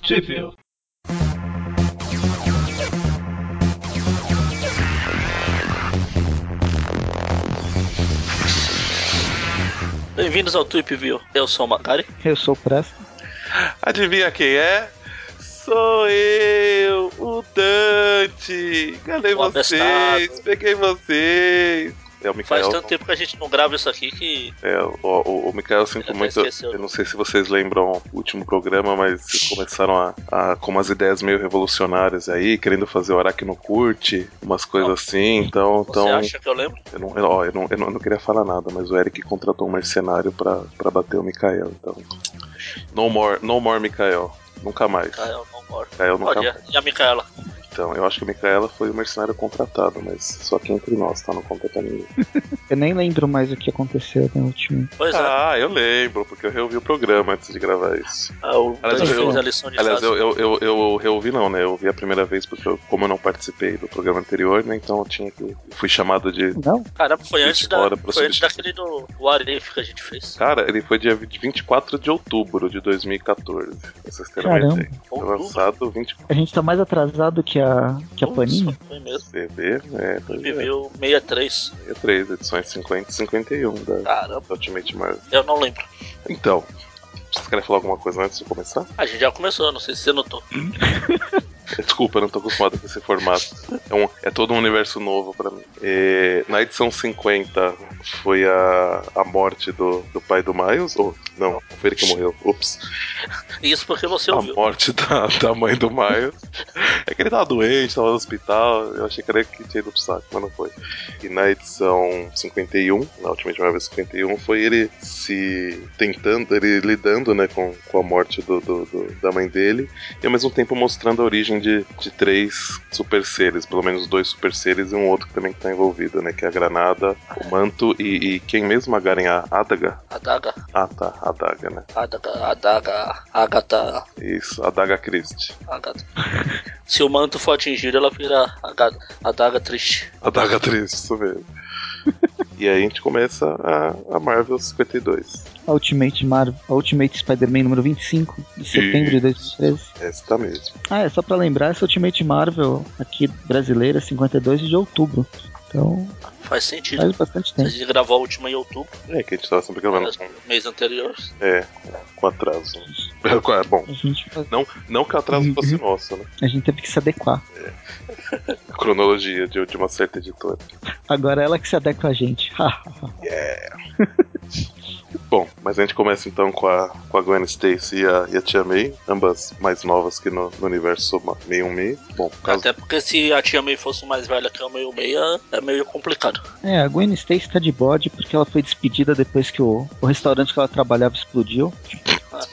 Possível. Bem-vindos ao Trip View. Eu sou o Macari. Eu sou o Presta. Adivinha quem é? Sou eu, o Dante. Enganei O vocês, abestado. peguei vocês. É o Faz Mikael. tanto tempo que a gente não grava isso aqui que. É, o, o, o Mikael, eu sinto até muito. esqueceu. Eu não sei se vocês lembram o último programa, mas vocês começaram a, a- com umas ideias meio revolucionárias aí, querendo fazer o Araki no Curte, umas coisas Não. assim. Então, Você então acha que eu lembro? eu, não, eu- ó, eu não, eu, não, eu não queria falar nada, mas o Eric contratou um mercenário pra, pra bater o Mikael. Então, no more, no more Mikael. Nunca mais. Mikael Ah, não mora. Mikael nunca mais. Olha, e a Micaela? Então, eu acho que o Micaela foi o mercenário contratado, mas só que entre nós, tá? Não conta pra ninguém. Eu nem lembro mais o que aconteceu na última. Pois é. Ah, eu lembro, porque eu reouvi o programa antes de gravar isso. Ah, o Aliás, Dante eu- fez a lição de Aliás, casa. eu, eu, eu, eu reouvi não, né? Eu ouvi a primeira vez, porque eu- como eu não participei do programa anterior, né? Então eu tinha que. Fui chamado de. Não? Caramba, foi Fui antes, da, embora pra foi antes substituir. daquele do do Arif que a gente fez. Cara, ele foi dia 24 de outubro de 2014. Pra vocês terem uma Caramba. ideia. é um Foi lançado 24 A gente tá mais atrasado que a, que a Putz, Panini? Foi mesmo. TV, é, pois é, Viveu 63. 63, edições 50 e 51 da Caramba, Ultimate Marvel. eu não lembro. Então, vocês querem falar alguma coisa antes de começar? A gente já começou, não sei se você notou. Desculpa, eu não tô acostumado com esse formato. É, um- é todo um universo novo pra mim. É, na edição 50 foi a, a morte do, do pai do Miles? Ou não, foi ele que morreu. Ups. Isso porque você A ouviu. morte da, da mãe do Miles. É que ele tava doente, tava no hospital. Eu achei que era ele que tinha ido pro saco, mas não foi. E na edição 51, na Ultimate Marvel 51, foi ele se tentando, ele lidando né, com, com a morte do- do- do, da mãe dele e ao mesmo tempo mostrando a origem de, de três super seres, pelo menos dois super seres e um outro que também está envolvido, né? Que é a Granada, o Manto e, e quem mesmo agarem a Adaga? Adaga, Ah tá, a Adaga, né? Adaga, Adaga, Agatha, Isso, a Adaga Christie. Agatha. Se o manto for atingido, ela vira Aga- Adaga triste. Adaga Triste, isso mesmo. e aí a gente começa a, a Marvel 52. Ultimate Marvel, Ultimate Spider-Man número 25, de setembro de 2013. Esta tá mesmo. Ah, é só pra lembrar, essa Ultimate Marvel aqui brasileira, 52 é de outubro. Então, Faz sentido. faz bastante A tempo. gente gravou a última em outubro, É que a gente tava sempre gravando com, mês anterior. é, com atraso. É, Com- Bom, A gente, faz- não que o atraso fosse Uhum. nosso, né? a gente teve que se adequar. A cronologia de, de uma certa editora. Agora ela que se adequa a gente. Bom, mas a gente começa então com a, com a Gwen Stacy e a, e a Tia May, ambas mais novas que no, no universo ma- 616. Bom, por causa Até porque se a tia May fosse mais velha que a meio meia, é meio complicado. É, a Gwen Stacy tá de bode porque ela foi despedida depois que o, o restaurante que ela trabalhava explodiu.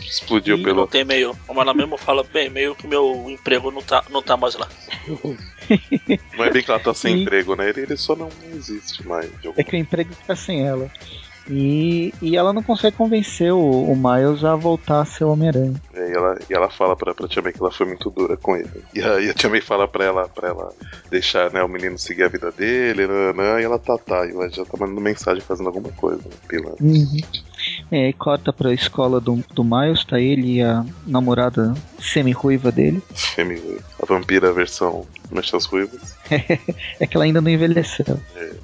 explodiu Ih, Não pelo. tem meio. Como ela mesmo fala, bem, meio que meu emprego não tá, não tá mais lá. Não é bem que ela tá sem Ih. emprego, né? Ele, ele só não não existe mais. De algum... É que o emprego fica sem ela. E, e ela não consegue convencer o, o Miles a voltar a ser o Homem-Aranha. é, e, ela, e ela fala pra, pra Tia May que ela foi muito dura com ele. E a, e a Tia May fala pra ela, pra ela deixar né, o menino seguir a vida dele, nananã, e ela tá, tá. E ela já tá mandando mensagem fazendo alguma coisa, né? Pela... É, aí corta pra escola do, do Miles, tá ele e a namorada semi-ruiva dele. Femi- A vampira versão Mechas Ruivas. É que ela ainda não envelheceu.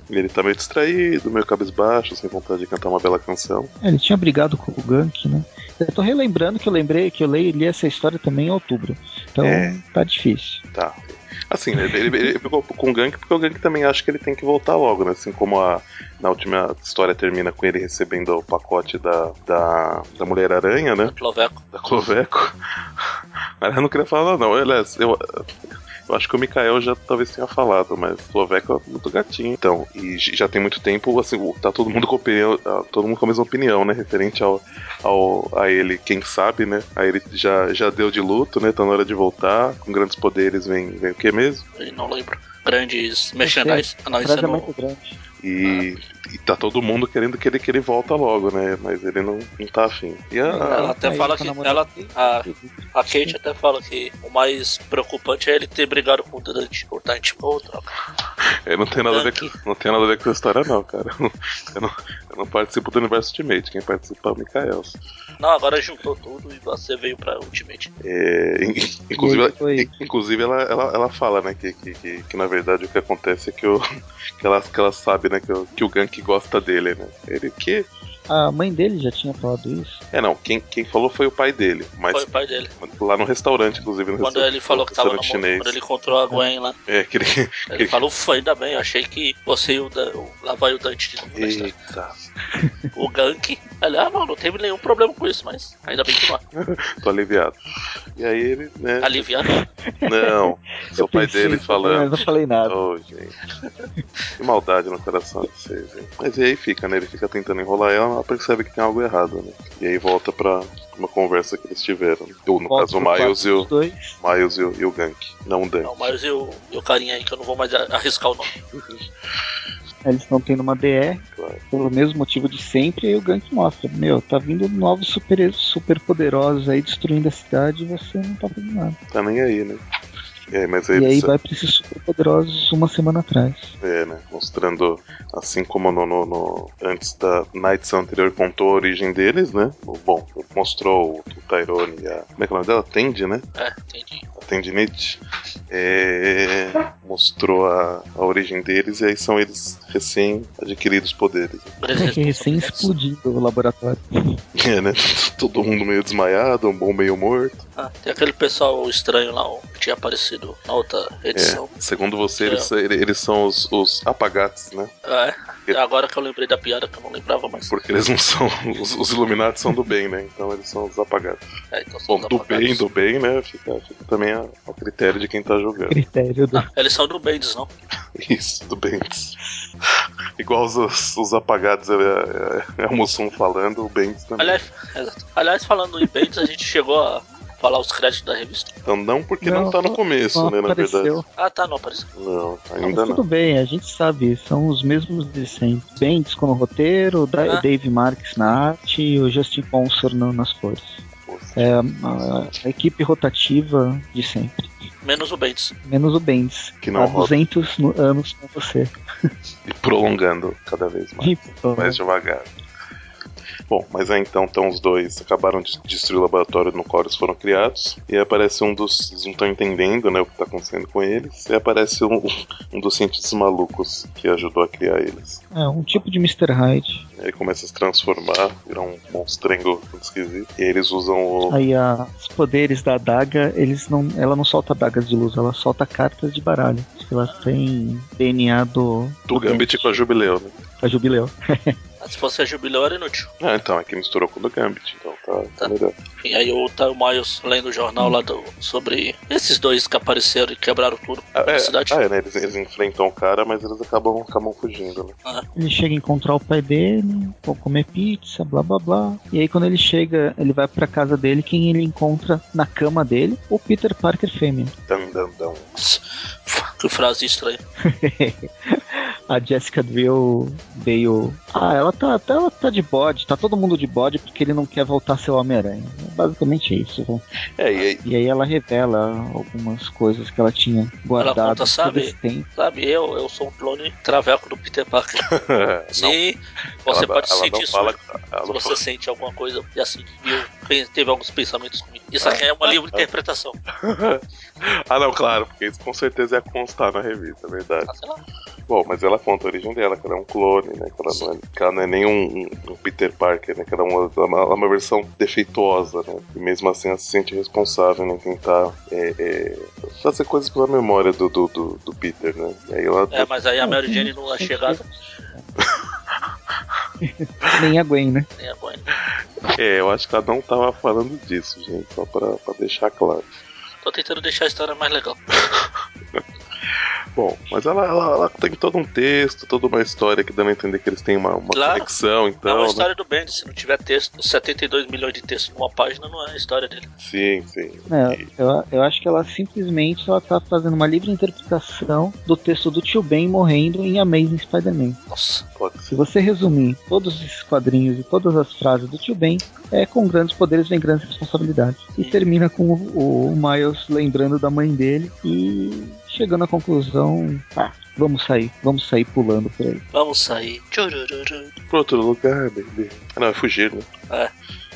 E ele tá meio distraído, meio cabisbaixo, sem vontade de cantar uma bela canção. É, Ele tinha brigado com o Gank, né? Eu tô relembrando que eu lembrei que eu leio, li essa história também em outubro. Então É. tá difícil. Tá. Assim, né, ele, ele ficou com o Gank porque o Gank também acha que ele tem que voltar logo, né? Assim como a, na última história termina com ele recebendo o pacote da, da, da Mulher-Aranha, É né? Cloveco. Da Cloveco. Mas eu não queria falar, não. Aliás, eu, eu acho que o Mikael já talvez tenha falado, mas Cloveco é muito gatinho. Então, e j- já tem muito tempo, assim, o- tá todo mundo com opinião, tá todo mundo com a mesma opinião, né? Referente ao, ao a ele, quem sabe, né? A ele já, já deu de luto, né? Tá na hora de voltar. Com grandes poderes vem, vem o que mesmo? Eu não lembro. Grandes merchandise. Ah, não, A isso é frase é no- muito grande. E, e tá todo mundo querendo que ele, que ele volta logo, né? Mas ele não, não tá afim. E a, Ela até fala que ela- a- A Kate até fala que o mais preocupante é ele ter brigado com o Dante. O Dante, pô, troca. Eu não tenho nada, a ver, Tanque. não tenho nada a ver com essa história, não, cara. Eu não, eu não participo do universo Ultimate, quem participa é o Mikael. Não, agora juntou tudo e você veio pra Ultimate. É, in- inclusive, é E aí ela, foi- in- inclusive ela, ela, ela fala, né, que, que, que, que, na verdade o que acontece é que, o, que, ela, que ela sabe, né, que, o- que o Gank gosta dele, né. Ele que. A mãe dele já tinha falado isso? É, não, quem, quem falou foi o pai dele, mas Foi o pai dele. lá no restaurante, inclusive. No Quando restaurante- ele falou que tava restaurante namorando, chinês. quando ele encontrou a Gwen lá. É, que ele. Ele falou, foi ainda bem, eu achei que você e o, Dan, o- lá vai o Dante de novo na história. Eita, O Gank. Ele, ah não, não teve nenhum problema com isso, mas ainda bem que não. é. tô aliviado. E aí ele, né. Aliviando. Não, seu Eu pai pensei né, dele isso, falando. Mas não falei nada. Oh, gente. Que maldade no coração de vocês, hein? Mas e aí fica, né? Ele fica tentando enrolar ela, ela percebe que tem algo errado, né? E aí volta pra uma conversa que eles tiveram. Ou, no Volta caso, o pro quarto Miles e o, dos dois. Miles e o, e o Gank. Não o Dan. Não, mas eu, eu carinha aí que eu não vou mais a- arriscar o nome. Eles estão tendo uma DR, Claro. pelo mesmo motivo de sempre, e o Gank mostra, meu, tá vindo novos super, super poderosos aí destruindo a cidade e você não tá fazendo nada. Tá nem aí, né? E aí, mas aí e aí eles vai pra esses super poderosos uma semana atrás. é, né? Mostrando, assim como no, no- no- antes da na edição anterior contou a origem deles, né? O- Bom, mostrou o Tyrone e a. Como é que é o nome dela? Tende, né? É, entendi. a tendinite, é, mostrou a, a origem deles e aí são eles recém adquiridos poderes. Grandes É que recém responsabilidades. explodindo o laboratório. É, né? Todo mundo meio desmaiado, um bom meio morto. Ah, tem aquele pessoal estranho lá ó, que tinha aparecido na outra edição. É, segundo você, eles, ele- eles são os, os apagates, né? Ah, É. É agora que eu lembrei da piada que eu não lembrava mais. Porque eles não são. Os, os Illuminati são do bem, né? Então eles são os apagates. É, então são Bom, os do apagados. bem, do bem, né? Fica, fica também a, a critério de quem tá jogando. Critério do. Ah, eles são do Bendis, não? Isso, do Bendis. Igual os, os- os apagados, é, é, é o Mussum falando, o Bendis também. Aliás, exato. Aliás, falando em Bendis, a gente chegou a falar os créditos da revista. Então não porque não, Não, tá no começo, Não né, na apareceu. verdade. Ah, tá, é não apareceu. Não, Mas ainda tudo não. bem, a gente sabe, são os mesmos de sempre. Bendis como roteiro, o Da- Ah. Dave Marks na arte e o Justin Ponsor no- nas cores. É a, a equipe rotativa de sempre. Menos o Bendis. Menos o Bendis. Que não há roda. 200 no- anos com você. E prolongando cada vez mais. Tipo, Mais devagar. Bom, mas aí então estão os dois, acabaram de destruir o laboratório no qual eles foram criados. E aí aparece um dos. Eles não estão entendendo né, o que tá acontecendo com eles. E aparece um, um dos cientistas malucos que ajudou a criar eles. é um tipo de Mr. Hyde. E aí começa a se transformar, virar um monstrengo esquisito. E aí eles usam o. Aí a- os poderes da adaga, eles não, ela não solta adagas de luz, ela solta cartas de baralho. Ela tem DNA do. Do Gambit com a Jubileu, né? a Jubileu. Ah, se fosse a Jubileu, era inútil. Ah, então, é que misturou com o do Gambit, então tá, tá Tá. melhor. Enfim, aí eu tá o Miles lendo o jornal lá do, sobre esses dois que apareceram e quebraram tudo. Ah, na é, cidade. ah, é, né? Eles, eles enfrentam o cara, mas eles acabam, acabam fugindo, né? Ele chega a encontrar o pai dele, vão comer pizza, blá blá blá. E aí quando ele chega, ele vai pra casa dele, quem ele encontra na cama dele? O Peter Parker fêmea. Dam, dam, dam. Que frase estranha. A Jessica Drill veio. Ah, ela tá, tá- ela tá de bode, tá todo mundo de bode porque ele não quer voltar a ser o Homem-Aranha. É Basicamente isso. né? É, e aí, E aí ela revela algumas coisas que ela tinha guardado conta, sabe? todo esse tempo. Sabe, eu, eu sou um clone traveco do Peter Parker. não, é, Sim, você ela, pode ela sentir não isso. fala, né? ela Se não você sente alguma coisa e assim, viu, quem teve alguns pensamentos comigo. Isso aqui é Ah, uma livre interpretação. fala- Ah, não, claro, porque isso com certeza ia constar na revista, é verdade. Ah, sei lá. Bom, mas ela conta a origem dela, que ela é um clone, né? Que ela não é, que ela não é nem um, um- um Peter Parker, né? Que ela é uma, ela é uma versão defeituosa, né? E mesmo assim ela se sente responsável né, em tentar é, é, fazer coisas pela memória do, do, do, do Peter, né? E aí ela É, mas aí a Mary Jane não é chegada, Nem a Gwen, né? nem a Gwen. É, eu acho que ela não tava falando disso, gente, só pra, pra deixar claro. Tô tentando deixar a história mais legal. Bom, mas ela, ela, ela tem todo um texto, toda uma história que dando a entender que eles têm uma, uma Claro. conexão, Não, é então. uma né? história do Bendis, se não tiver texto, 72 milhões de textos numa página não é a história dele. Sim, sim. É, eu, eu acho que ela simplesmente ela tá fazendo uma livre interpretação do texto do tio Ben morrendo em Amazing Spider-Man. Nossa, Pode Se ser. você resumir todos esses quadrinhos e todas as frases do tio Ben, é com grandes poderes vem grandes responsabilidades. E Sim. termina com o, o Miles lembrando da mãe dele e chegando à conclusão, ah, vamos sair, vamos sair pulando por aí. Vamos sair. Tchurururu. Pro outro lugar, baby. Ah, Não, é fugir, né? É.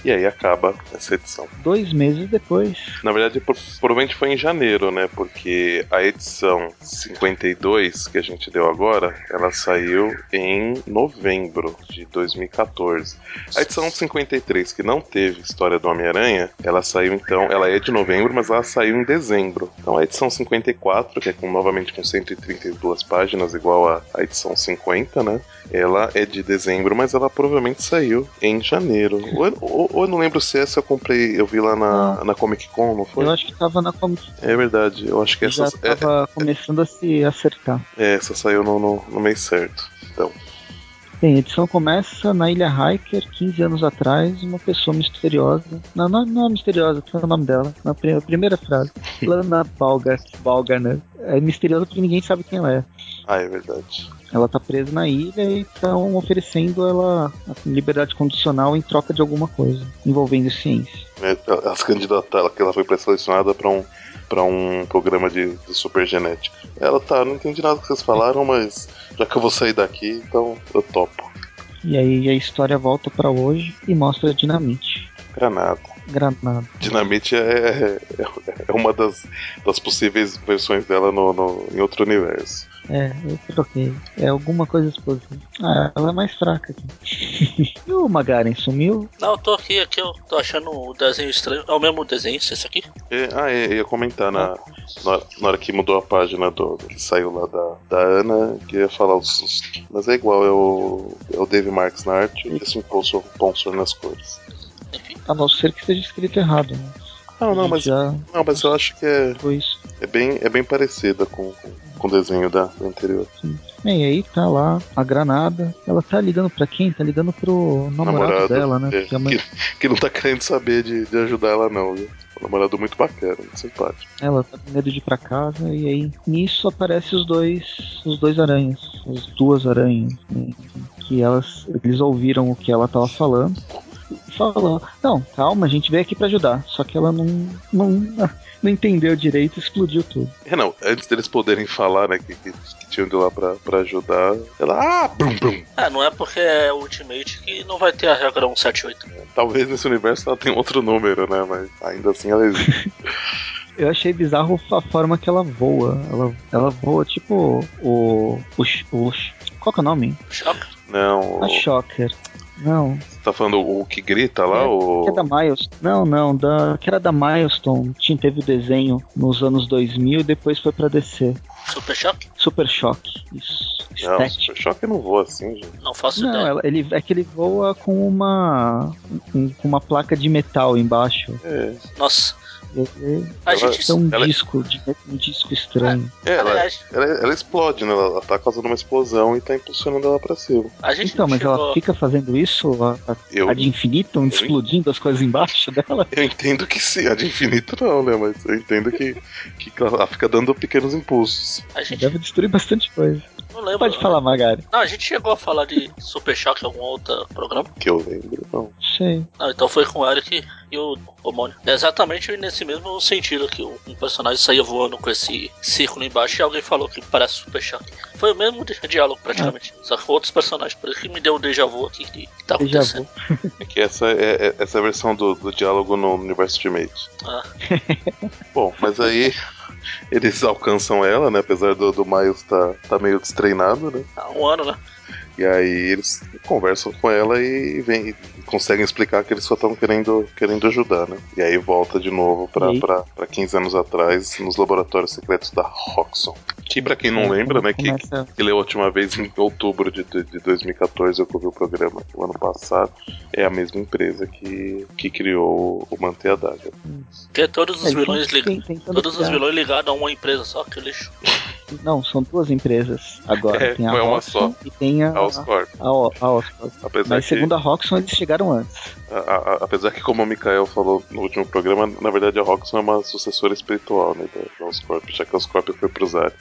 E aí acaba essa edição. Dois meses depois, Na verdade, por- provavelmente foi em janeiro, né? Porque a edição 52 que a gente deu agora, ela saiu em novembro de 2014. A edição 53, que não teve história do Homem-Aranha, ela saiu então, ela é de novembro, mas ela saiu em dezembro. Então a edição 54, que é com, novamente com 132 páginas, igual a, a edição 50, né? Ela é de dezembro, mas ela provavelmente saiu em janeiro. Ou, eu- ou- ou eu não lembro se essa eu comprei, eu vi lá na, na Comic Con, não foi? Ah. eu acho que tava na Comic É verdade, eu acho que que essa, já tava começando a se acertar. é- é, essa saiu no, no, no mês certo. Bem, a edição começa na Ilha Hiker, 15 anos atrás, uma pessoa misteriosa. Não, não, não é misteriosa, que é o nome dela. Na pri- a primeira frase. Lana Balgar, Balgar, né? É misteriosa porque ninguém sabe quem ela é. Ah, é verdade. Ela tá presa na ilha e estão oferecendo ela assim, liberdade condicional em troca de alguma coisa envolvendo ciência. É, ela- Ela se candidatou, que ela foi pré-selecionada para um para um programa de, de super genética. Ela tá, não entendi nada que vocês falaram, mas já que eu vou sair daqui, então eu topo. E aí a história volta pra hoje e mostra a Dinamite. Granada. Granada. Dinamite é, é- é uma das, das possíveis versões dela no, no- em outro universo. É, eu troquei. É alguma coisa explosiva. Ah, ela é mais fraca aqui. e o Magaren sumiu? Não, eu tô aqui, aqui eu tô achando o desenho estranho. É o mesmo desenho, esse aqui? É, ah, é, eu ia comentar na, na, hora- na hora que mudou a página do que saiu lá da, da Ana, que eu ia falar os, os- Mas é igual, é o, é o Dave Marks na arte e esse impulso sponsor nas cores. Enfim. A não ser que esteja escrito errado. Né? Não, A não, gente mas, Já não, mas eu acho que é, foi isso. é, bem, é bem parecida com, com, com o desenho da, do anterior. Bem, aí tá lá a Granada. Ela tá ligando pra quem? Tá ligando pro namorado, Namorado, dela, né? é, Porque a mãe- que, que não tá querendo saber de, de ajudar ela, não, viu? Um namorado muito bacana, muito simpático. Ela tá com medo de ir pra casa e aí nisso aparecem os dois, os dois aranhas, as duas aranhas, né, que elas, eles ouviram o que ela tava falando. e Falou, não, calma, a gente veio aqui pra ajudar. Só que ela não, não, não entendeu direito, explodiu tudo. É, não, antes deles poderem falar, né, que, que, que tinham ido lá pra, pra ajudar, ela, ah, brum, brum. É, não é porque é Ultimate que não vai ter a regra 178. Talvez nesse universo ela tenha outro número, né, mas ainda assim ela existe. Eu achei bizarro a forma que ela voa. Ela, ela voa tipo o, o, o. Qual que é o nome? Choca. não, A o- Shocker. Não, você tá falando o que grita lá, o... Que é da Milestone. Não, não, da, que era da Milestone. Tinha, teve o desenho nos anos 2000 e depois foi pra DC. Super Choque? Super Choque. Isso. Não, Estético. Super Choque não voa assim, gente. Não faço Não, ideia. ela- ele, é que ele voa com uma um- com uma placa de metal embaixo. É, Nossa. Ele A Ela- gente. é um Ela- disco, de- um disco estranho. É, ela, Aliás, ela, ela explode, né, ela, ela tá causando uma explosão e tá impulsionando ela pra cima. a gente Então, não mas ela É, chegou- fica fazendo isso, a, a- Eu, a de infinito, explodindo as coisas embaixo dela. eu entendo que sim, a de infinito não, né, mas eu entendo que, que ela fica dando pequenos impulsos. A gente Deve destruir bastante coisa. não lembra. né? Pode falar, Magari. Não, a gente chegou a falar de Super Choque em algum outro programa. Que eu lembro, não. Sei. Não, então foi com o Eric e o Homônio. É exatamente nesse mesmo sentido que um personagem saía voando com esse círculo embaixo e alguém falou que parece Super Choque. Foi o mesmo di- diálogo praticamente, só que com outros personagens. Por isso que me deu um déjà vu aqui que que tá É. Déjà acontecendo. vu. É que essa é, é- essa é a versão do, do diálogo no universo de Mate. Ah. Bom, mas aí eles alcançam ela, né? Apesar do, do Miles tá, tá meio destreinado, né? Há um ano, né? E aí eles conversam com ela e, vem, e conseguem explicar que eles só estão querendo, querendo ajudar, né? E aí volta de novo pra, E aí? pra, pra 15 anos atrás, nos laboratórios secretos da Roxxon. Que pra quem não lembra, né? Que, É, Começa- que leu a última vez em outubro de, de 2014, eu ouvi o programa o ano passado, é a mesma empresa que, que criou o Manter a Daga. Porque todos os Eles vilões estão ligam. tentando Todos os criar- vilões ligados a uma empresa só, que lixo. Não, são duas empresas agora. É, tem a foi uma Roxxon e tem a, A Oscorp, a, O- a Oscorp. apesar Mas que, segundo a Roxxon, eles chegaram antes. a- a- apesar que, como o Mikael falou no último programa, na verdade a Roxxon é uma sucessora espiritual né, da, da Oscorp, já que a Oscorp foi pros ares.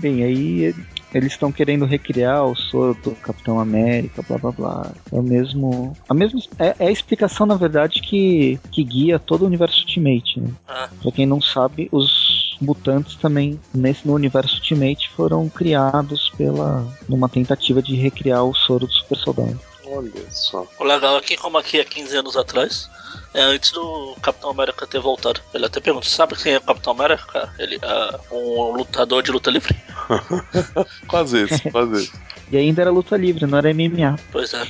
Bem, aí e- eles estão querendo recriar o soro do Capitão América, blá blá blá. É o mesmo. A mesma, é, é a explicação, na verdade, que, que guia todo o universo Ultimate. Né? Ah. Pra quem não sabe, os. mutantes também, nesse no universo Ultimate, foram criados pela numa tentativa de recriar o soro do super soldado. Olha só. O legal é que, como aqui é 15 anos atrás, é antes do Capitão América ter voltado. Ele até pergunta: sabe quem é o Capitão América? Ele é um lutador de luta livre. Quase isso, quase isso. E ainda era luta livre, não era MMA. Pois é.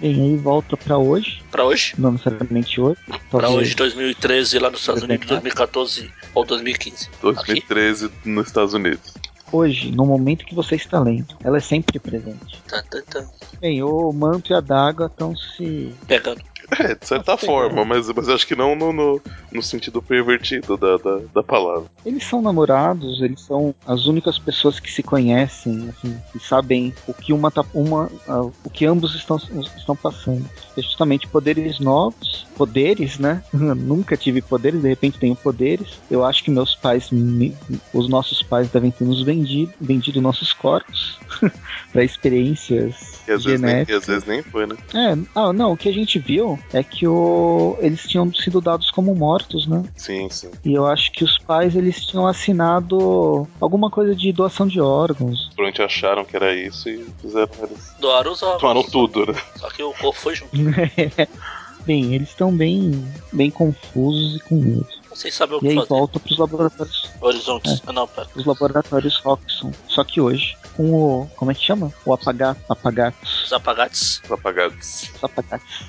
Bem, aí volta pra hoje, Pra hoje? não necessariamente hoje. Pra talvez hoje, 2013, lá nos Estados Unidos, Desenhar. 2014 ou 2015. 2013 nos Estados Unidos. Hoje, no momento que você está lendo, ela é sempre presente. Tá, tá, tá. Bem, o manto e a daga estão se. Pegando. É, de certa forma, mas, mas acho que não no, no, no sentido pervertido da, da, da palavra. Eles são namorados, eles são as únicas pessoas que se conhecem, assim, e sabem o que uma, tá- uma ah, o que ambos estão, estão passando. É justamente poderes novos, poderes, né? Nunca tive poderes, de repente tenho poderes. Eu acho que meus pais, me- os nossos pais devem ter nos vendido, vendido nossos corpos para experiências E às, vezes nem, e genéticas. às vezes nem foi, né? É, ah, não, o que a gente viu é que o, eles tinham sido dados como mortos, né? Sim, sim. E eu acho que os pais eles tinham assinado alguma coisa de doação de órgãos. Provavelmente acharam que era isso e fizeram. né? Eles Doaram os órgãos. tomaram tudo, né? Só que o corpo foi junto. Bem, eles estão bem, bem confusos e com medo. Vocês sabem o E que aí fazer. volta É. para os laboratórios, Horizontes. Ah, não, pera. os laboratórios Roxxon. Só que hoje, com o. Como é que chama? O apagato. Apagatos. Os apagates. Os apagados. Os apagatos.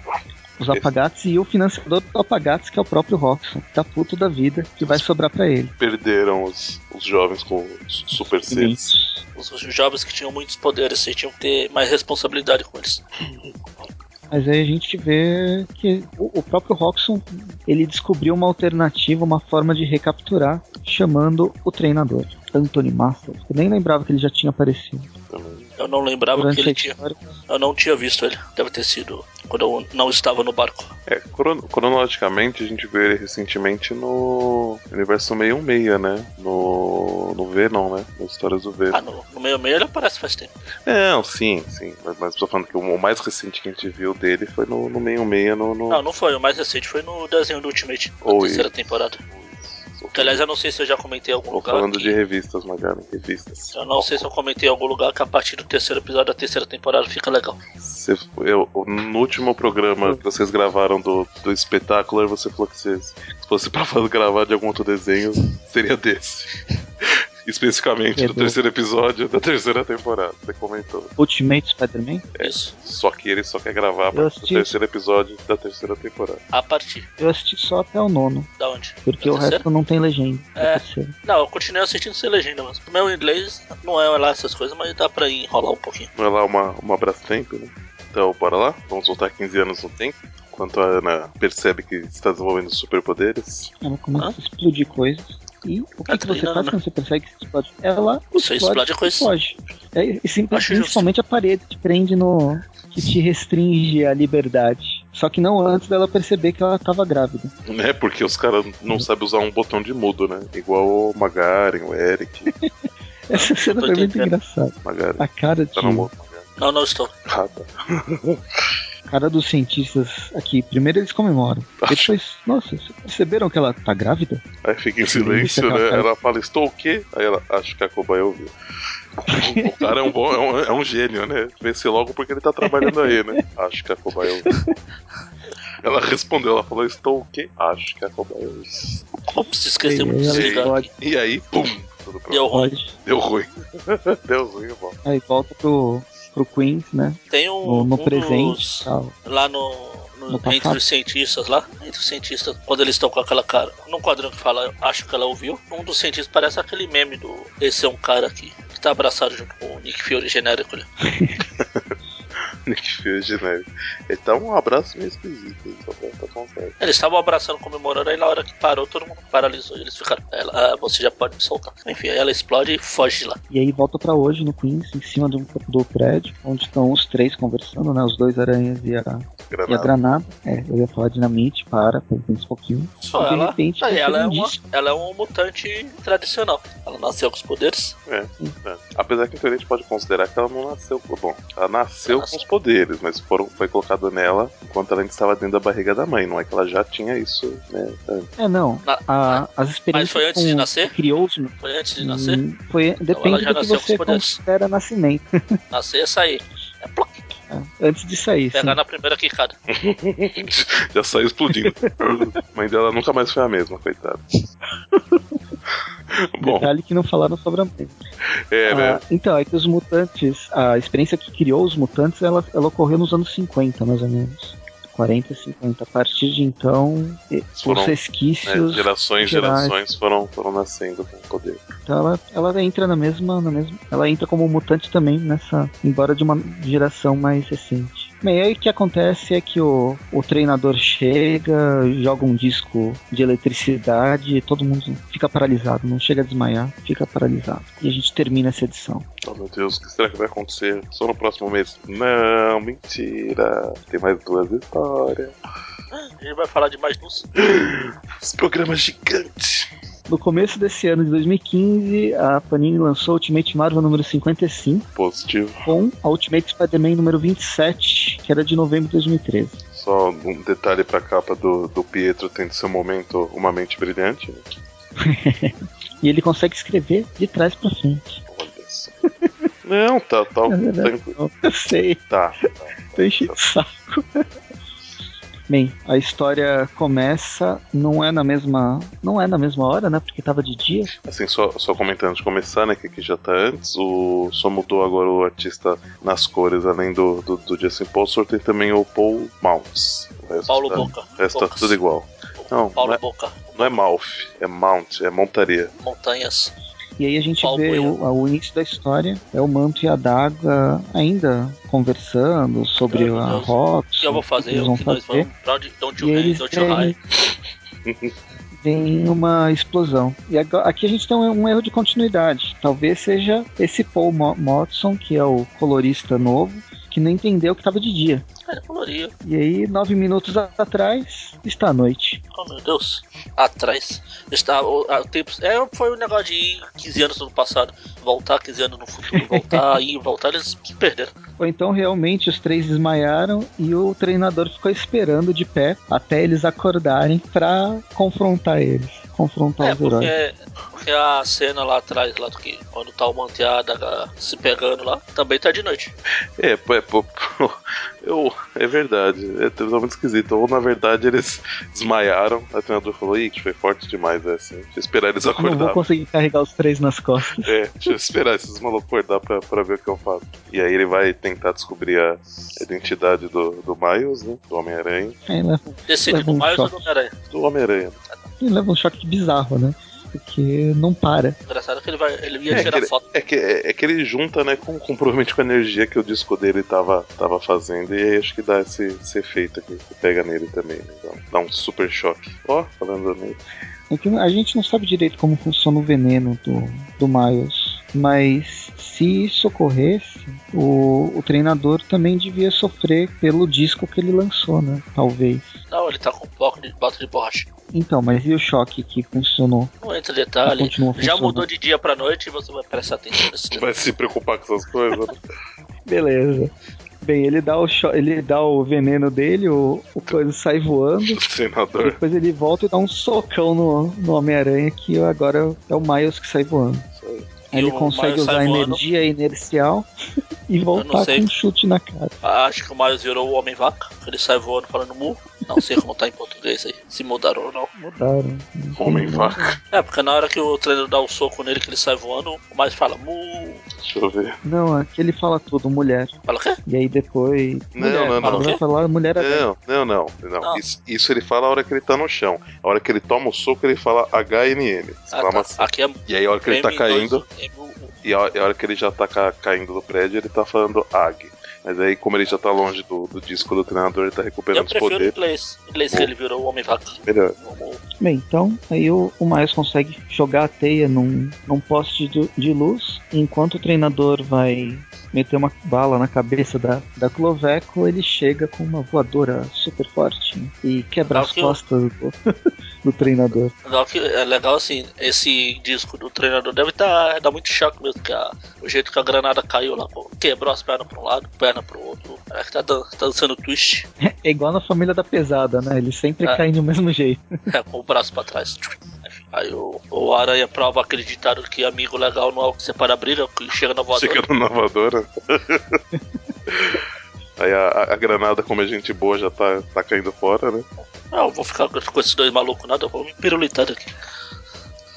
Os apagatos e o financiador do apagatos, que é o próprio Roxxon. que Tá puto da vida, que vai sobrar para ele. Perderam os, os jovens com os super seres. Os os jovens que tinham muitos poderes, vocês tinham que ter mais responsabilidade com eles. Mas aí a gente vê que o, o próprio Roxon ele descobriu uma alternativa, uma forma de recapturar, chamando o treinador, Anthony Masters. Eu nem lembrava que ele já tinha aparecido. também. Eu não lembrava que Durante a ele tinha. história, Eu não tinha visto ele. Deve ter sido quando eu não estava no barco. É, crono- cronologicamente a gente viu ele recentemente no Universo 616, né? No, no Venom, né? Nas histórias do Venom. Ah, no, no meio meio ele aparece faz tempo. Não, sim, sim. Mas, mas tô falando que o mais recente que a gente viu dele foi no, no 616, no. no... Não, não foi. O mais recente foi no desenho do Ultimate, na Ou terceira isso. temporada. Isso. Que, Então, aliás, eu não sei se eu já comentei em algum Tô lugar. falando que- de revistas, Magari, revistas. Eu não sei se eu comentei em algum lugar que a partir do terceiro episódio da terceira temporada fica legal. Você, eu, no último programa que vocês gravaram do, do espetáculo, você falou que vocês, se fosse pra fazer- gravar de algum outro desenho, seria desse. Especificamente do Entendeu? terceiro episódio da terceira temporada, você comentou. Ultimate Spider-Man. Isso. Só que ele só quer gravar Eu para o assisti. terceiro episódio da terceira temporada. A partir Eu assisti só até o nono, da onde? porque Da o terceira? resto não tem legenda. Tá É. É. terceiro. Não, eu continuei assistindo sem legenda, mas o meu inglês não é lá essas coisas, mas dá pra enrolar um pouquinho. Não é lá uma, uma Brastemp, né? Então, bora lá? Vamos voltar 15 anos no tempo? Enquanto a Ana percebe que está desenvolvendo superpoderes. Ela começa Hã? a explodir coisas. E o que, que você Catarina, faz né? quando você persegue que você explode? Ela Você explode e coisas. foge. É, e sim- Acho justo. principalmente a parede que prende no. que te restringe a liberdade. Só que não antes dela perceber que ela estava grávida. Né? Porque os caras Uhum. não sabem usar um botão de mudo, né? Igual o Magaren, o Eric. Essa cena Ah, tô foi muito entendendo. engraçada. Magaren. A cara, de, Tá no mudo, Magaren. Não, não estou. Ah, tá. a cara dos cientistas aqui. Primeiro eles comemoram. Depois, nossa, vocês perceberam que ela tá grávida? Aí fica em Sim, isso silêncio, é né? capaz. Ela fala, estou o quê? Aí ela, acho que a cobaia ouviu. O cara é um, bom, é um, é um gênio, né? Vence logo porque ele tá trabalhando aí, né? Acho que a cobaia ouviu. Ela respondeu, ela falou, estou o quê? Acho que a cobaia ouviu. Ops, esquecemos de Ei, ei, desligar. pode, E aí, pum! Tudo pronto. Deu ruim. pode. Deu ruim. Deu ruim, irmão. Aí volta pro, pro Queens, né? Tem um, No, no um presente dos- e tal. lá no, no- No entre passado. os cientistas lá, entre os cientistas, quando eles estão com aquela cara, num quadrinho que fala, eu acho que ela ouviu, um dos cientistas parece aquele meme do esse é um cara aqui, que tá abraçado junto com o Nick Fury genérico ali. Nick Fury genérico. Ele tá um abraço meio esquisito, ele só pra tá consegue. Eles estavam abraçando, comemorando, aí na hora que parou, todo mundo paralisou, e eles ficaram, ela, ah, você já pode me soltar. Enfim, aí ela explode e foge de lá. E aí volta pra hoje no Queens, em cima de um- do prédio, onde estão os três conversando, né? Os dois aranhas e a, e a Granada. granada. É, eu ia falar dinamite, para, pensa um pouquinho. Só E de ela, repente, aí você ela é, não uma, diz. ela é um mutante tradicional. Ela nasceu com os poderes, É. Apesar que em teoria a gente pode considerar que ela não nasceu. Bom, ela nasceu Ela com nasceu. os poderes, mas foram, foi colocado nela enquanto ela ainda estava dentro da barriga da mãe, não é que ela já tinha isso, né? antes. É, não. Na- a- as experiências foi antes de com- nascer? que criou os Foi antes de nascer? Hum, Foi, ela depende já do que nasceu com você poder. considera nascimento. Nascer é sair. É ploc, É, Antes de sair, sim. pegar na primeira quicada. já saiu explodindo. Mãe dela nunca mais foi a mesma, coitada. Bom, Detalhe que não falaram sobre a mãe. é, né? Ah, então, é que os mutantes, a experiência que criou os mutantes, ela, ela ocorreu nos anos 50, mais ou menos. 40 e 50. A partir de então, e- Foram, os resquícios. né, gerações, gerais. gerações foram, foram nascendo com o poder. Então ela, ela entra na mesma, na mesma. Ela entra como mutante também nessa. Embora de uma geração mais recente. Bem, aí o que acontece é que o, o treinador chega, joga um disco de eletricidade e todo mundo fica paralisado, não chega a desmaiar, fica paralisado. E a gente termina essa edição. Oh meu Deus, o que será que vai acontecer? Só no próximo mês? Não, mentira. Tem mais duas histórias. A gente vai falar de mais luz. Esse programa é gigante. No começo desse ano de 2015, a Panini lançou Ultimate Marvel número 55 Positivo. com a Ultimate Spider-Man número 27, que era de novembro de 2013. Só um detalhe pra capa do, do Pietro tendo seu momento, uma mente brilhante. né? E ele consegue escrever de trás pra frente. Tipo, Olha só. Não, tá, tá, É verdade. tranquilo. Eu sei. Tá. tá, Deixa tá. de saco. Bem, a história começa, não é na mesma. não é na mesma hora, né? Porque tava de dia. Assim, só, só comentando antes de começar, né? Que aqui já tá antes. O, só mudou agora o artista nas cores, além do, do, do Justin Paulson, tem também o Paul Mounts. O resto Paulo tá, Boca. O resto tá Bocas. tudo igual. Não, Paulo não é- Boca. Não é Mouth, é Mount, é montaria. Montanhas. E aí a gente Qual vê punho? o, o início da história. É o manto e a daga ainda conversando sobre Meu a Deus. rota. O que eu vou fazer? O que nós vamos? Pra onde? Don't E you hang, eles don't you hide. Vem uma explosão. E agora- aqui a gente tem um, um erro de continuidade. Talvez seja esse Paul Mo- Mottson, que é o colorista novo, que não entendeu que estava de dia. Cara, coloria. E aí, nove minutos a- atrás, está à noite. Oh meu Deus. Atrás. Está, o, a- o tempo, é, foi um negócio de ir 15 anos no passado, voltar 15 anos no futuro, voltar, ir, voltar, eles se perderam. Ou então, realmente, os três desmaiaram e o treinador ficou esperando de pé até eles acordarem pra confrontar eles. Confrontar É, os heróis. porque, porque é a cena lá atrás, lá do que, quando tá o manteada se pegando lá, também tá de noite. É, pô, é, pô, pô, eu, é verdade. É tá muito esquisito. Ou na verdade eles desmaiaram. A treinador falou: Ih, foi forte demais essa. Deixa eu esperar eles Eu Não vou acordarem. conseguir carregar os três nas costas. É, deixa eu esperar esses malucos acordar pra, pra ver o que eu faço. E aí ele vai tentar descobrir a identidade do, do Miles, né? Do Homem-Aranha. Aí leva, Decide Leva do um Miles ou tipo choque. do Homem-Aranha. Do Homem-Aranha. leva um choque bizarro, né? Porque não para. Engraçado que ele, vai, ele ia É, tirar aquele- foto. É que, é, é que ele junta, né, com, com provavelmente com a energia que o disco dele tava, tava fazendo, e aí acho que dá esse, esse efeito aqui, que pega nele também, né? Dá, um- dá um super choque. Ó, falando nele. É que a gente não sabe direito como funciona o veneno do, do Miles. Mas se isso ocorresse, o, o treinador também devia sofrer pelo disco que ele lançou, né? Talvez. Não, ele tá com um bloco de bota de borracha. Então, mas e o choque que funcionou? Não entra Que detalhe. Já continua funcionando? mudou de dia pra noite e você vai prestar atenção nesse detalhe. Vai se preocupar com essas coisas, né? Beleza. Bem, ele dá o, cho- ele dá o veneno dele, o, o coisa sai voando. O senador. Depois ele volta e dá um socão no, no Homem-Aranha, que agora é o Miles que sai voando. Isso aí. E Aí ele o consegue Miles sai usar a voando. energia inercial e voltar sei. com um chute na cara. Acho que o Miles virou o Homem-Vaca, que ele sai voando falando mu. Não sei como tá em português aí, se mudaram ou não. Mudaram. Homem-vaca. É, porque na hora que o treinador dá o soco nele, que ele sai voando, o Miles fala mu. Deixa eu ver. Não, aqui ele fala tudo, mulher. Fala o quê? Ah, E aí depois. Não, mulher, não, não. Agora vai falar mulher aranha. Não, não, não. não. Não. Isso, isso ele fala a hora que ele tá no chão. A hora que ele toma o soco, ele fala HNN. Ah, tá. exclamação. Aqui é assim. E aí a hora que ele tá M2, caindo. M1. E a, e a hora que ele já tá ca- caindo do prédio, ele tá falando AG. Mas aí, como ele já tá longe do, do disco do treinador, ele tá Eu recuperando os prefiro o poderes. inglês. O inglês que Mu. ele virou o Homem-Vaca. Melhor. O Mu. Bem, então, aí o, o Miles consegue jogar a teia num, num poste de, de luz. Enquanto o treinador vai meter uma bala na cabeça da, da Cloveco, ele chega com uma voadora super forte né, e quebra Ah, as que- costas do, do treinador. Legal que, é legal assim, esse disco do treinador deve tá, dar muito choque mesmo, que a- o jeito que a granada caiu lá, pô, quebrou as pernas pra um lado, perna pro outro. Parece que tá, dan- tá dançando twist, É igual na família da pesada, né? Eles sempre É. caem do mesmo jeito. é, com o braço pra trás. Aí o, o Aranha prova aquele ditado que amigo legal não é o que separa a briga, que chega na voadora. Chegando na voadora. né? Aí a, a- a granada, como é gente boa, já tá, tá caindo fora, né? Não, Ah, eu vou ficar com com esses dois malucos nada, eu vou me pirulitar daqui.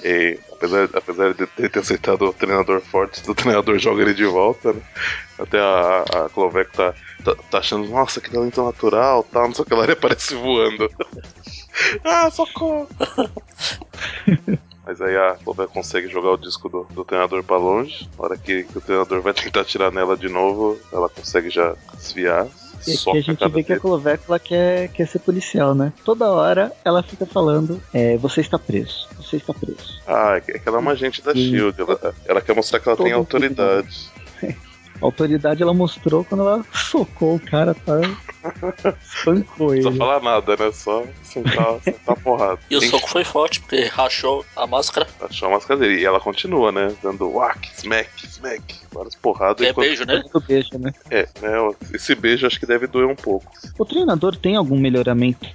E apesar, apesar de ele ter aceitado o treinador forte, o treinador joga ele de volta, né? Até a, a, a Cloveco tá, tá, tá achando, nossa, que talento natural, tal, não sei o que lá, ele aparece voando. ah, socorro! Mas aí a Cloveco consegue jogar o disco do, do treinador pra longe. Na hora que, que o treinador vai tentar atirar nela de novo, ela consegue já desviar. E aqui soca a a gente cara vê É que a dele. Clovécula quer, quer ser policial, né? Toda hora ela fica falando: é, você está preso, você está preso. Ah, é que ela é uma agente da Sim. Shield. Ela, ela quer mostrar que ela tem Todo autoridade. A autoridade ela mostrou quando ela socou o cara, tá? Espancou Não ele. precisa falar nada, né? Só sentar, sentar a porrada. E o Tem soco foi forte, porque rachou a máscara, que achar umas cadeiras. E ela continua, né? Dando whack, smack, smack. Várias porradas. que é enquanto- beijo, né? Todo beijo, né? É, né? Esse beijo acho que deve doer um pouco. O treinador tem algum melhoramento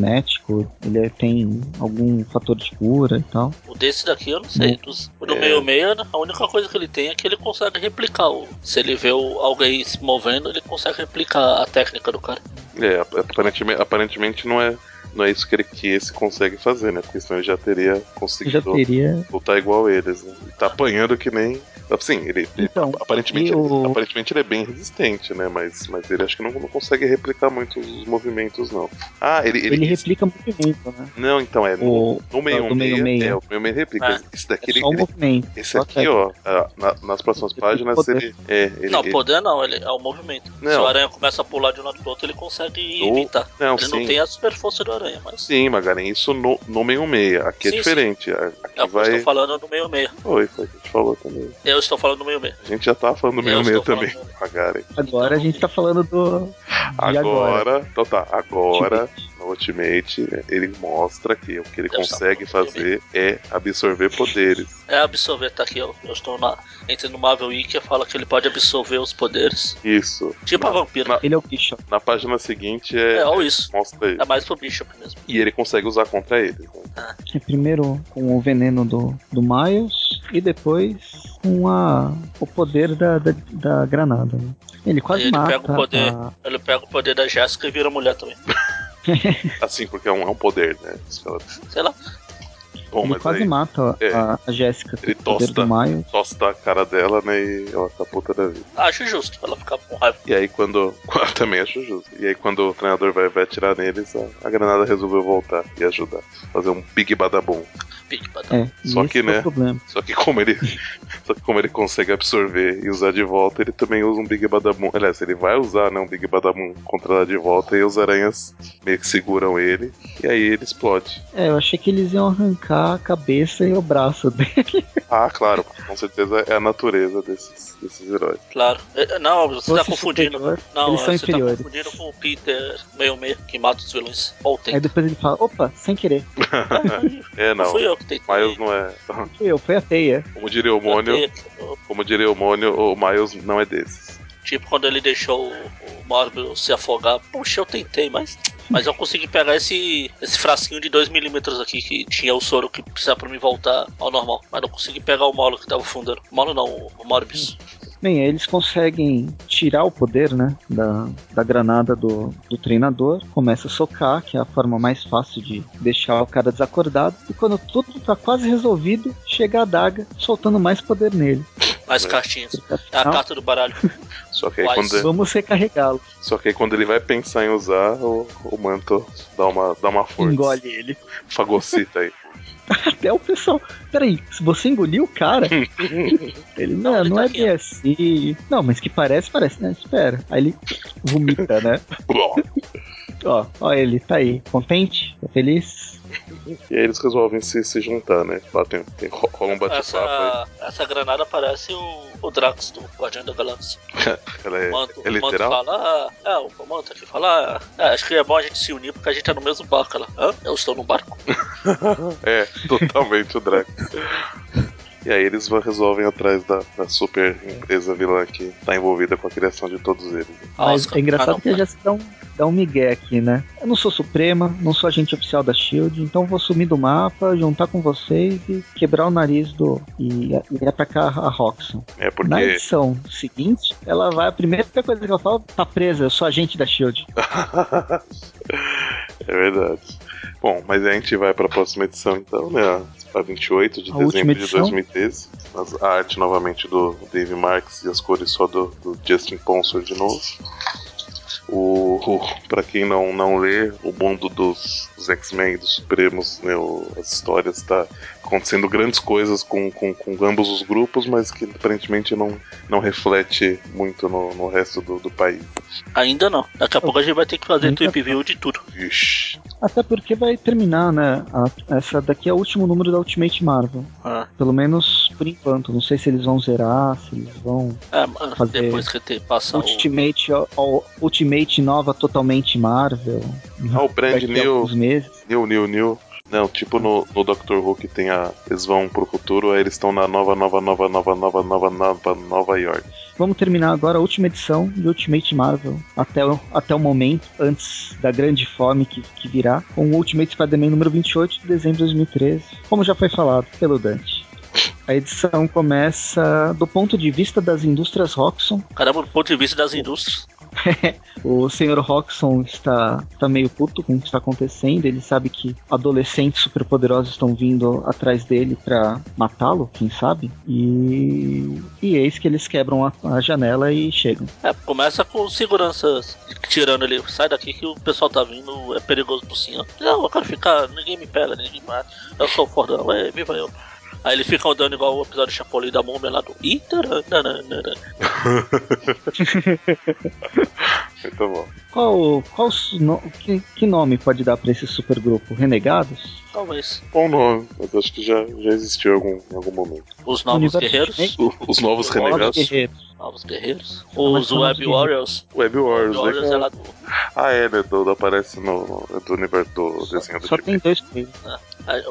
genético? Ele é, tem algum fator de cura e tal? O desse daqui eu não sei. Dos, o do É. meio meia, a única coisa que ele tem é que ele consegue replicar. O, se ele vê o- alguém se movendo, ele consegue replicar a técnica do cara. É, ap- aparentemente, aparentemente não é. Não é isso que, ele, que esse consegue fazer, né? Porque senão ele já teria Já conseguido teria. lutar igual eles. Né? E Tá apanhando que nem. Assim, ele, ele- Então, aparentemente, e o- aparentemente ele é bem resistente, né? Mas, mas ele acho que não, não consegue replicar muito os movimentos, não. Ah, ele. ele, ele replica muito, muito, né? Não, então é. no- O, No meio, do Ah, do meio, meio, meio. É, o meio meio replica. Ah. Esse é daqui, ele, só o ele- movimento. esse só aqui, ó, ah, na- nas próximas Ele tem páginas, poder. ele. É, ele, não, ele- poder não, ele é o movimento. Não. Se o aranha começa a pular de um lado pro outro, ele consegue No- imitar. não, ele sim. não tem a super força do aranha, mas. Sim, Magaren, isso no, no meio meia. Aqui é Sim, sim. diferente. a- É o Aqui que eu estou vai. falando do meio meia. Foi, foi, a gente falou também. Eu estou falando do meio meia. A gente já tava falando do Eu meio meia estou também, falando- Magaren. Agora a gente tá falando do. de agora. Agora, então tá, agora no Ultimate ele mostra que o que ele Deve estar consegue falando do fazer é absorver poderes. É absorver, tá aqui, eu, eu estou na. Entre no Marvel Wiki fala que ele pode absorver os poderes. Isso. Tipo a na, vampira. na- Ele é o bicho. na página seguinte É, é, ou isso. mostra ele. É mais pro Bishop mesmo. E ele consegue usar contra eles. Né? É primeiro com o veneno do, do Miles e depois com a, o poder da, da, da granada. né? Ele quase Ele mata. pega o poder. a- Ele pega o poder da Jéssica e vira mulher também. Assim, porque é um, é um poder, né? Sei lá. Bom, ele mas quase aí mata É. a, a Jéssica com Ele o poder tosta. do Miles. tosta a cara dela, né? E ela tá puta da vida. Acho justo ela ficar com raiva. E aí quando. Também acho justo. E aí quando o treinador vai, vai atirar neles, a, a granada resolveu voltar e ajudar. Fazer um big badabum. Big Badam. É, e Só esse que, é o né? problema. Só que como ele. só que como ele consegue absorver e usar de volta, ele também usa um Big Badabum. Aliás, ele vai usar né, um Big Badabum contra ela de volta e os aranhas meio que seguram ele. E aí ele explode. É, eu achei que eles iam arrancar a cabeça e o braço dele. Ah, claro, com certeza é a natureza desses, desses heróis. Claro. É, é, Não, você tá Fosse confundindo. superior, Não, eles são você tá inferiores. confundindo com o Peter meio meio que mata os vilões. Ou tem. Aí depois ele fala, opa, sem querer. É, Não não. fui eu que tentei. Miles não é. Não fui eu, foi a teia. Como diria o Mônio, como diria o Mônio, o Miles não é desses. Tipo quando ele deixou o, o Marvel se afogar. Poxa, eu tentei, mas. Mas eu consegui pegar esse, esse frasquinho de 2mm aqui que tinha o soro que precisava pra me voltar ao normal. Mas não consegui pegar o Molo que tava fundando. O Molo não, o Morbius. Uhum. Bem, aí eles conseguem tirar o poder, né, da, da granada do, do treinador, começa a socar, que é a forma mais fácil de deixar o cara desacordado, e quando tudo tá quase resolvido, chega a adaga, soltando mais poder nele. tá, Mais É. cartinhas. É a Não. carta do baralho. Só que aí Uai, quando, Vamos recarregá-lo, só que aí quando ele vai pensar em usar, o, o manto dá uma, dá uma força. engole ele. Fagocita aí. Até o pessoal, peraí, se você engoliu o cara, ele, não, Não, não, ele tá é aqui, bem assim. Não, mas que parece, parece, né, espera. Aí ele vomita, né? Ó, Ó, ó ele, tá aí, contente, tá feliz. E aí eles resolvem se, se juntar, né? Lá tem, tem- ro- rola um bate-papo aí. Essa, essa granada parece o, o Drax do Guardião da Galáxia. Ela é, O manto, é o manto literal? fala, ah, é, o manto aqui fala, ah, é, acho que é bom a gente se unir porque a gente tá no mesmo barco. Ela, hã? Eu estou no barco? É, totalmente o Drax. E aí eles vão- resolvem ir atrás da, da super empresa vilã que tá envolvida com a criação de todos eles. Mas Oscar. é engraçado Ah, não, que a cara. Jessica dá um, dá um migué aqui, né? Eu não sou Suprema, não sou agente oficial da SHIELD, então vou sumir do mapa, juntar com vocês e quebrar o nariz do... e e atacar a Roxxon. É porque. Na edição seguinte, ela vai, a primeira coisa que ela fala, tá presa, eu sou agente da SHIELD. é verdade. Bom, mas a gente vai para a próxima edição então, né? A 28 de A última dezembro de edição. 2013. As- A arte novamente do Dave Marks e as cores só do, do Justin Ponsor de novo. O, o para quem não, não lê, o mundo dos, dos X-Men e dos Supremos, né, o- as histórias tá acontecendo grandes coisas com, com, com ambos os grupos, mas que aparentemente não, não reflete muito no, no resto do, do país. Ainda não. Daqui a pouco a gente vai ter que fazer Ainda tweet view de tudo. Ixi. Até porque vai terminar, né? a- essa daqui é o último número da Ultimate Marvel. Ah, Pelo menos por enquanto. Não sei se eles vão zerar, se eles vão. é, mano, Fazer depois que ter passar o... Ultimate, ó, ó, Ultimate nova totalmente Marvel. Ah, o Brand Daqui a New. alguns meses. New, New, New. Não, tipo no, no Doctor Who que tem a. Eles vão pro futuro, aí eles estão na nova, nova, nova, nova, nova, nova, nova, Nova York. Vamos terminar agora a última edição de Ultimate Marvel. Até o, até o momento, antes da grande fome que, que virá. Com o Ultimate Spider-Man número 28 de dezembro de 2013. Como já foi falado pelo Dante. A edição começa do ponto de vista das indústrias Roxxon, Caramba, do ponto de vista das indústrias. O senhor Roxon está, está meio puto com o que está acontecendo. Ele sabe que adolescentes superpoderosos estão vindo atrás dele para matá-lo, quem sabe? E, e eis que eles quebram a, a janela e chegam. É, começa com seguranças tirando ele, sai daqui que o pessoal tá vindo, é perigoso pro senhor. Não, eu quero ficar, ninguém me pega, ninguém me mata. Eu sou o fordão, é, viva eu. Aí eles ficam andando igual o episódio de Chapolin da Múmia lá do... Ih, taran, taran, taran. Muito tá bom. Qual, qual os no- que, que nome pode dar para esse supergrupo? Renegados? Talvez. Bom nome, mas acho que já, já existiu em algum, em algum momento. Os Novos Universo Guerreiros. X-Men? O- os novos Novos renegados. Guerreiros. Novos Guerreiros. mas Os são Novos Web Guerreiros. Warriors. Web Web Wars, Warriors é né? lá do... Ah, é, né? Do, do- aparece no, do universo do desenho do Só tipo. tem dois coelhos. Ah,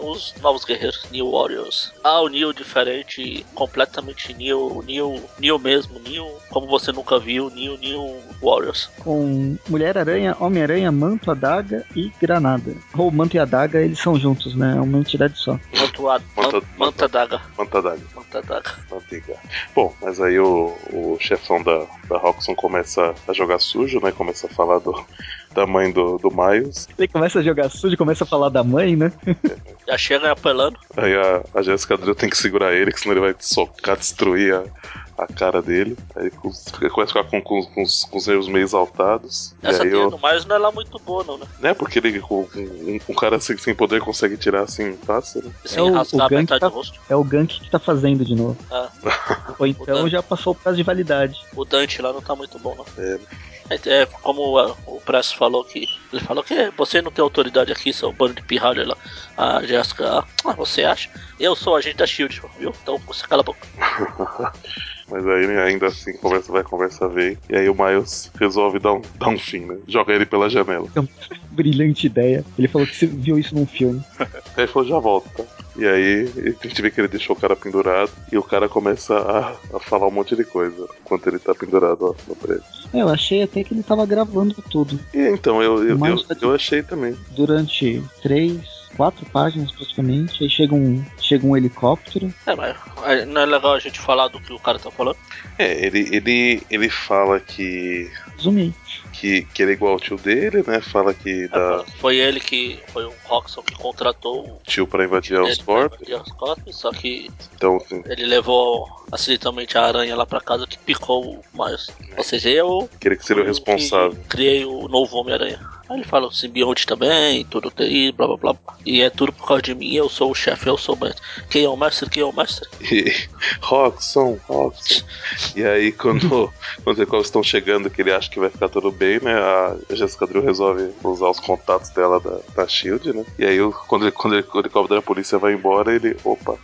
Os novos guerreiros, New Warriors. Ah, o New diferente, completamente New, New, New mesmo, New, como você nunca viu, New, New Warriors. Com Mulher-Aranha, Homem-Aranha, Manto, Adaga e Granada. Ou Manto e Adaga, eles são juntos, né? É uma entidade só. Mantuado, Manta- Manta Daga, Quanta dali? Manta Daga. Manteiga. Bom, mas aí o, o chefão da, da Roxxon começa a jogar sujo, né? Começa a falar do, da mãe do, do Miles. Ele começa a jogar sujo, começa a falar da mãe, né? Já chega apelando, Aí a, a Jessica Drill tem que segurar ele, que senão ele vai socar, destruir a, a cara dele. Aí com os- ele começa a ficar com, com, com os, com os nervos meio exaltados. essa e aí teia eu, do mais não é lá muito boa não, né? né? Porque ele, com- com- um, um cara sem, sem poder consegue tirar assim um pássaro. Sem o- rasgar o gank metade tá- do rosto. É o gank que tá fazendo de novo. Ah, Ou então já passou o prazo de validade. o Dante lá não tá muito bom não. É. É, é, como ah, o Presto falou que. Ele falou que você não tem autoridade aqui, seu bando de pirralha lá. A Jéssica, ah, você acha? Eu sou agente da Shield, viu? Então você cala a boca. Mas aí né, ainda assim conversa, vai conversa vem. E aí o Miles resolve dar um, dar um fim, né? Joga ele pela janela. Brilhante ideia. Ele falou que você viu isso num filme. Aí ele falou, já volta, tá? E aí a gente vê que ele deixou o cara pendurado e o cara começa a, a falar um monte de coisa enquanto ele tá pendurado ó, no prédio. É, Eu achei até que ele tava gravando tudo. E então, eu, eu, Mas- eu, eu achei também. Durante três, quatro páginas praticamente. Aí chega um, chega um helicóptero. É, mas é, não é legal a gente falar do que o cara tá falando. É, ele, ele, ele fala que, Zumei. que, que ele é igual ao tio dele, né? Fala que É, dá Foi ele que. Foi o Roxon que contratou o tio pra invadir os ele pra corpos. invadir os corpos, só que Então, assim, ele levou acidentalmente a aranha lá pra casa que picou o Miles. Ou seja, eu. que ele que seria o fui o responsável. que Criei o novo Homem-Aranha. Aí ele fala, simbionte também, tudo TI, blá blá blá. E é tudo por causa de mim, eu sou o chefe, eu sou o mestre. Quem é o mestre, quem é o mestre? E Roxon, Roxon. E aí, quando, quando eles estão chegando, que ele acha que vai ficar tudo bem, né? A Jessica Drew resolve usar os contatos dela da, da Shield, né? E aí, o- quando ele, quando ele, quando ele cobra da polícia vai embora, ele. Opa,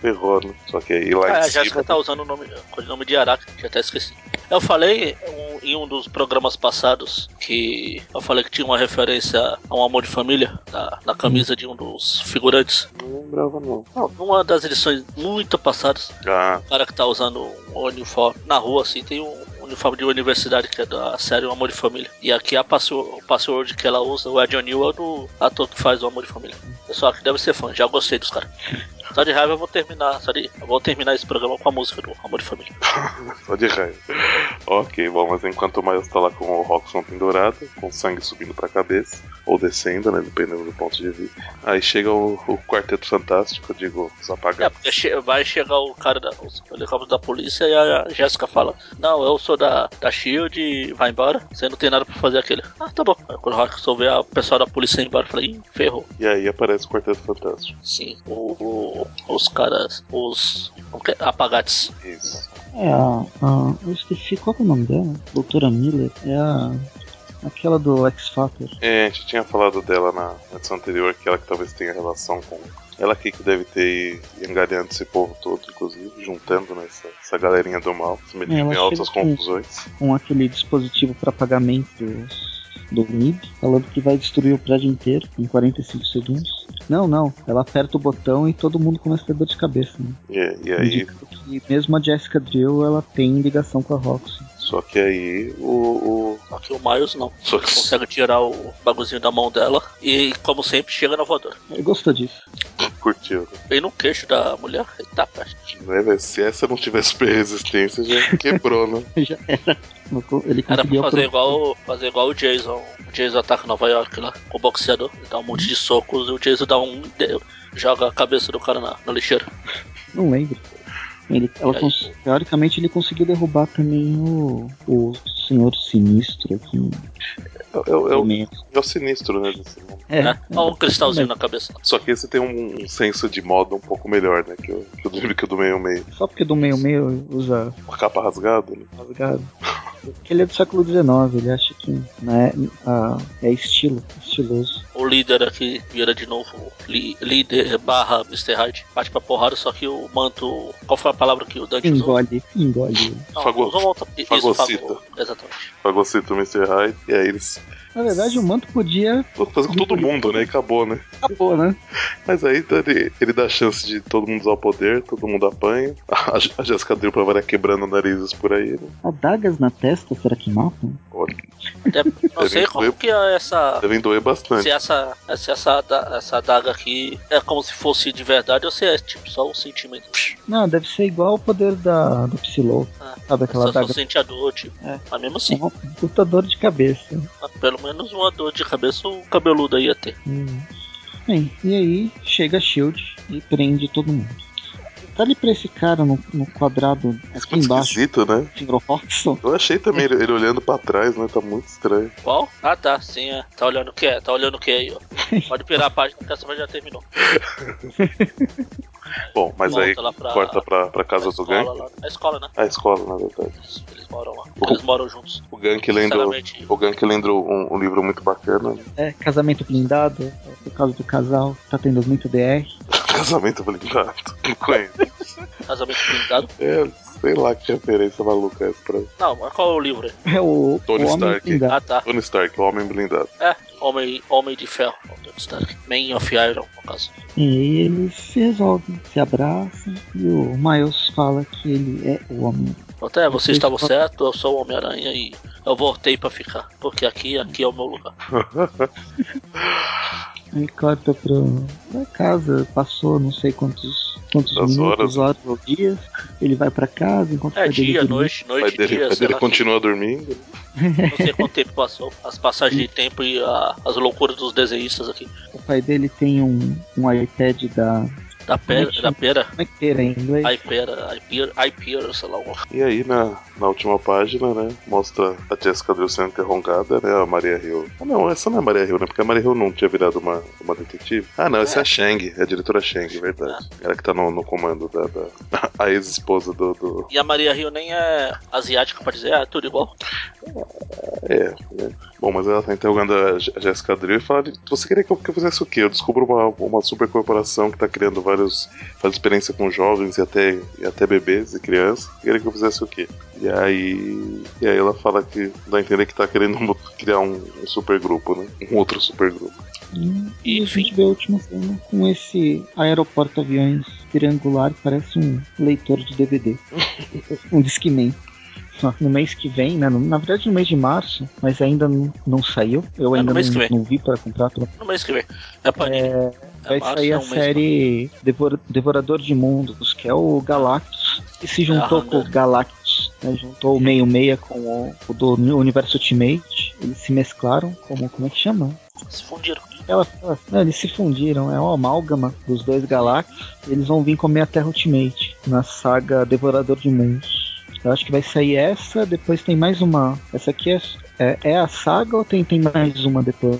ferrou, né? Só que aí lá Ah, em a cima. Jéssica tá usando o nome, o nome de Araki, já até esqueci. Eu falei um- em um dos programas passados que eu falei que tinha uma referência a um amor de família na, na camisa de um dos figurantes. Não lembrava, não. Uma das edições muito passadas, Ah, o cara que tá usando um uniforme na rua, assim, tem um uniforme de universidade que é da série O Amor de Família. E aqui é a passou- o password que ela usa, o Ed O'Neill, é o do ator que faz O Amor de Família. Pessoal que deve ser fã, já gostei dos caras. Só de raiva eu vou terminar, só de, eu vou terminar esse programa com a música do Amor de Família. só de raiva. ok, bom, mas enquanto o Miles tá lá com o Roxon pendurado, com sangue subindo pra cabeça, ou descendo, né? Dependendo do ponto de vista. Aí chega o, o Quarteto Fantástico, eu digo, os É, apagados. porque che- vai chegar o cara da os helicóptero da polícia e a Jéssica fala: Não, eu sou da, da Shield e vai embora. Você não tem nada pra fazer aquele. Ah, tá bom. Aí quando o Rock souber a o pessoal da polícia ir embora, eu falei, Ih, ferrou. E aí aparece o Quarteto Fantástico. Sim, o, o- os caras, os como que é? apagates. Isso. É a, a- Eu esqueci qual que é o nome dela. Doutora Miller. É a. Aquela do X Factor. É, a gente tinha falado dela na na edição anterior, que ela que talvez tenha relação com. Ela aqui que deve ter ido engalhando esse povo todo, inclusive, juntando né, essa, essa galerinha do mal, se metendo É, Ela em altas chega com- confusões. Com aquele dispositivo para pagamento do MIB. Falando que vai destruir o prédio inteiro em 45 segundos. Não, não. Ela aperta o botão e todo mundo começa a ter dor de cabeça. Né? E, e aí, Indica que mesmo a Jessica Drill ela tem ligação com a Roxy. só que aí o. o- Só que o Miles não. só que- Consegue tirar o bagulhozinho da mão dela e, como sempre, chega na voadora. Ele gostou disso. curtiu. né? Bem no queixo da mulher. tá Eita, peste. Né, velho? se essa não tivesse super resistência, já quebrou, né? Já era. Ele Era pra conseguiu fazer aproveitar. igual, fazer igual o Jason. O Jason ataca Nova York lá, com o boxeador. Ele dá um monte de socos e o Jason dá um. de- joga a cabeça do cara na, na lixeira. Não lembro. Ele, ela Aí. cons- Teoricamente ele conseguiu derrubar também o, o Senhor Sinistro aqui no É, o- é o, começo. é o sinistro, né? desse mundo. É, né? Dá um cristalzinho na cabeça. Só que esse tem um, um senso de moda um pouco melhor, né? Que o, que o do- que o do meio meio. Só porque do meio meio usa Uma capa rasgada, né? rasgado. Porque ele é do século XIX, ele acha que né, a- é estilo, estiloso. O líder aqui vira de novo li- líder barra Mr. Hyde. Bate pra porrada, só que o manto. Qual foi a palavra que o Dante usou? Engole, engole. Não, Fago- usou uma outra- isso, fagocita. fago- Exatamente. Fagocito Mr. Hyde. E aí eles Na verdade o manto podia. Vou fazer com todo mundo, né? E acabou, né? Acabou, né? Mas aí tá, ele, ele dá a chance de todo mundo usar o poder, todo mundo apanha. A, a Jessica Drill pra variar quebrando narizes por aí, né? Adagas na testa, será que matam? Até- não sei como que é essa. Devem doer Tá bastante. Se essa, se essa, ada- essa adaga aqui é como se fosse de verdade ou se é tipo só um sentimento. Não, deve ser igual o poder da, do Psylocke. Ah, Sabe Só aquela adaga? sente a dor, tipo. É. Mas mesmo É assim, uma puta dor de cabeça. pelo menos uma dor de cabeça o cabeludo aí ia ter. Hum. Bem, e aí chega a Shield e prende todo mundo. Detalhe pra esse cara no, no quadrado Isso é aqui muito embaixo, esquisito, né? Sr. Roxon. Eu achei também ele, ele olhando pra trás, né? Tá muito estranho. Qual? Ah tá, sim, é. Tá olhando o que é, tá olhando o que aí, ó. Pode pirar a página que essa página já terminou. Bom, mas Volta aí lá pra- corta pra, pra casa a do escola Gank. lá. A escola, né? A escola, na verdade. Eles, eles moram lá. Eles moram juntos. O Gank lendo, Sinceramente, o Gank lendo um, um livro muito bacana. né? É, casamento blindado, é, por causa do casal, tá tendo muito DR. Casamento blindado. Não conheço. casamento blindado. É, sei lá que referência maluca é essa pra Não, mas qual é o livro aí? É o, o Tony homem Stark. blindado. Ah tá. Tony Stark, o Homem Blindado. É, Homem, homem de Ferro. não, Tony Stark. Man of Iron, no caso. E aí eles se resolvem, se abraçam, e o Miles fala que ele é o homem. Até, você Vocês estava falam- certo, eu sou o Homem-Aranha e eu voltei pra ficar. Porque aqui, aqui é o meu lugar. Aí corta pra, pra casa, passou não sei quantos, quantos Das minutos, horas ou dias. Ele vai pra casa, encontra É o pai dele dia, dormindo. noite, O pai noite, dele, dia, pai sei dele lá. continua dormindo. Não sei quanto tempo passou, as passagens de tempo e a- as loucuras dos desenhistas aqui. O pai dele tem um, um iPad da Da pera, Como da é pera. Como é que pera em inglês? Ai pera, ai pera, ai pera, sei lá. E aí, na, na última página, né, mostra a Jessica Drew sendo interrogada, né, a Maria Hill. Ah, não, essa não é a Maria Hill, né, porque a Maria Hill não tinha virado uma, uma detetive. Ah, não, essa é a Shang, é a diretora Shang, verdade. né? Ela que tá no, no comando da, da a ex-esposa do, do... E a Maria Rio nem é asiática pra dizer, ah, tudo igual. É, né. Bom, mas ela tá interrogando a Je- a Jessica Drew e fala, você queria que eu, que eu fizesse o quê? Eu descubro uma, uma supercorporação que tá criando vários... faz experiência com jovens e até, e até bebês e crianças. Você queria que eu fizesse o quê? E aí, e aí ela fala que dá a entender que tá querendo mu- criar um, um supergrupo, né? Um outro supergrupo. Hum, E a Enfim. gente vê a última cena com esse aeroporto aviões triangular que parece um leitor de DVD. um Discman. Ó, No mês que vem, né? no- na verdade no mês de março, mas ainda não, não saiu. Eu É, no ainda mês que vem. não, não vi para comprar. pela- No mês que vem. É Panini. É, vai março, sair é a um mês. série Devor- Devorador de Mundos, que é o Galactus, que se juntou Ah, com o Galactus, né, juntou o 66 com o, o do Universo Ultimate. Eles se mesclaram como, como é que chama? Se fundiram. Ela, ela- não, eles se fundiram, é uma amálgama dos dois galácticos. Eles vão vir comer a Terra Ultimate na saga Devorador de Mundos. Eu acho que vai sair essa, depois tem mais uma. Essa aqui é, é, é a saga ou tem, tem mais uma depois?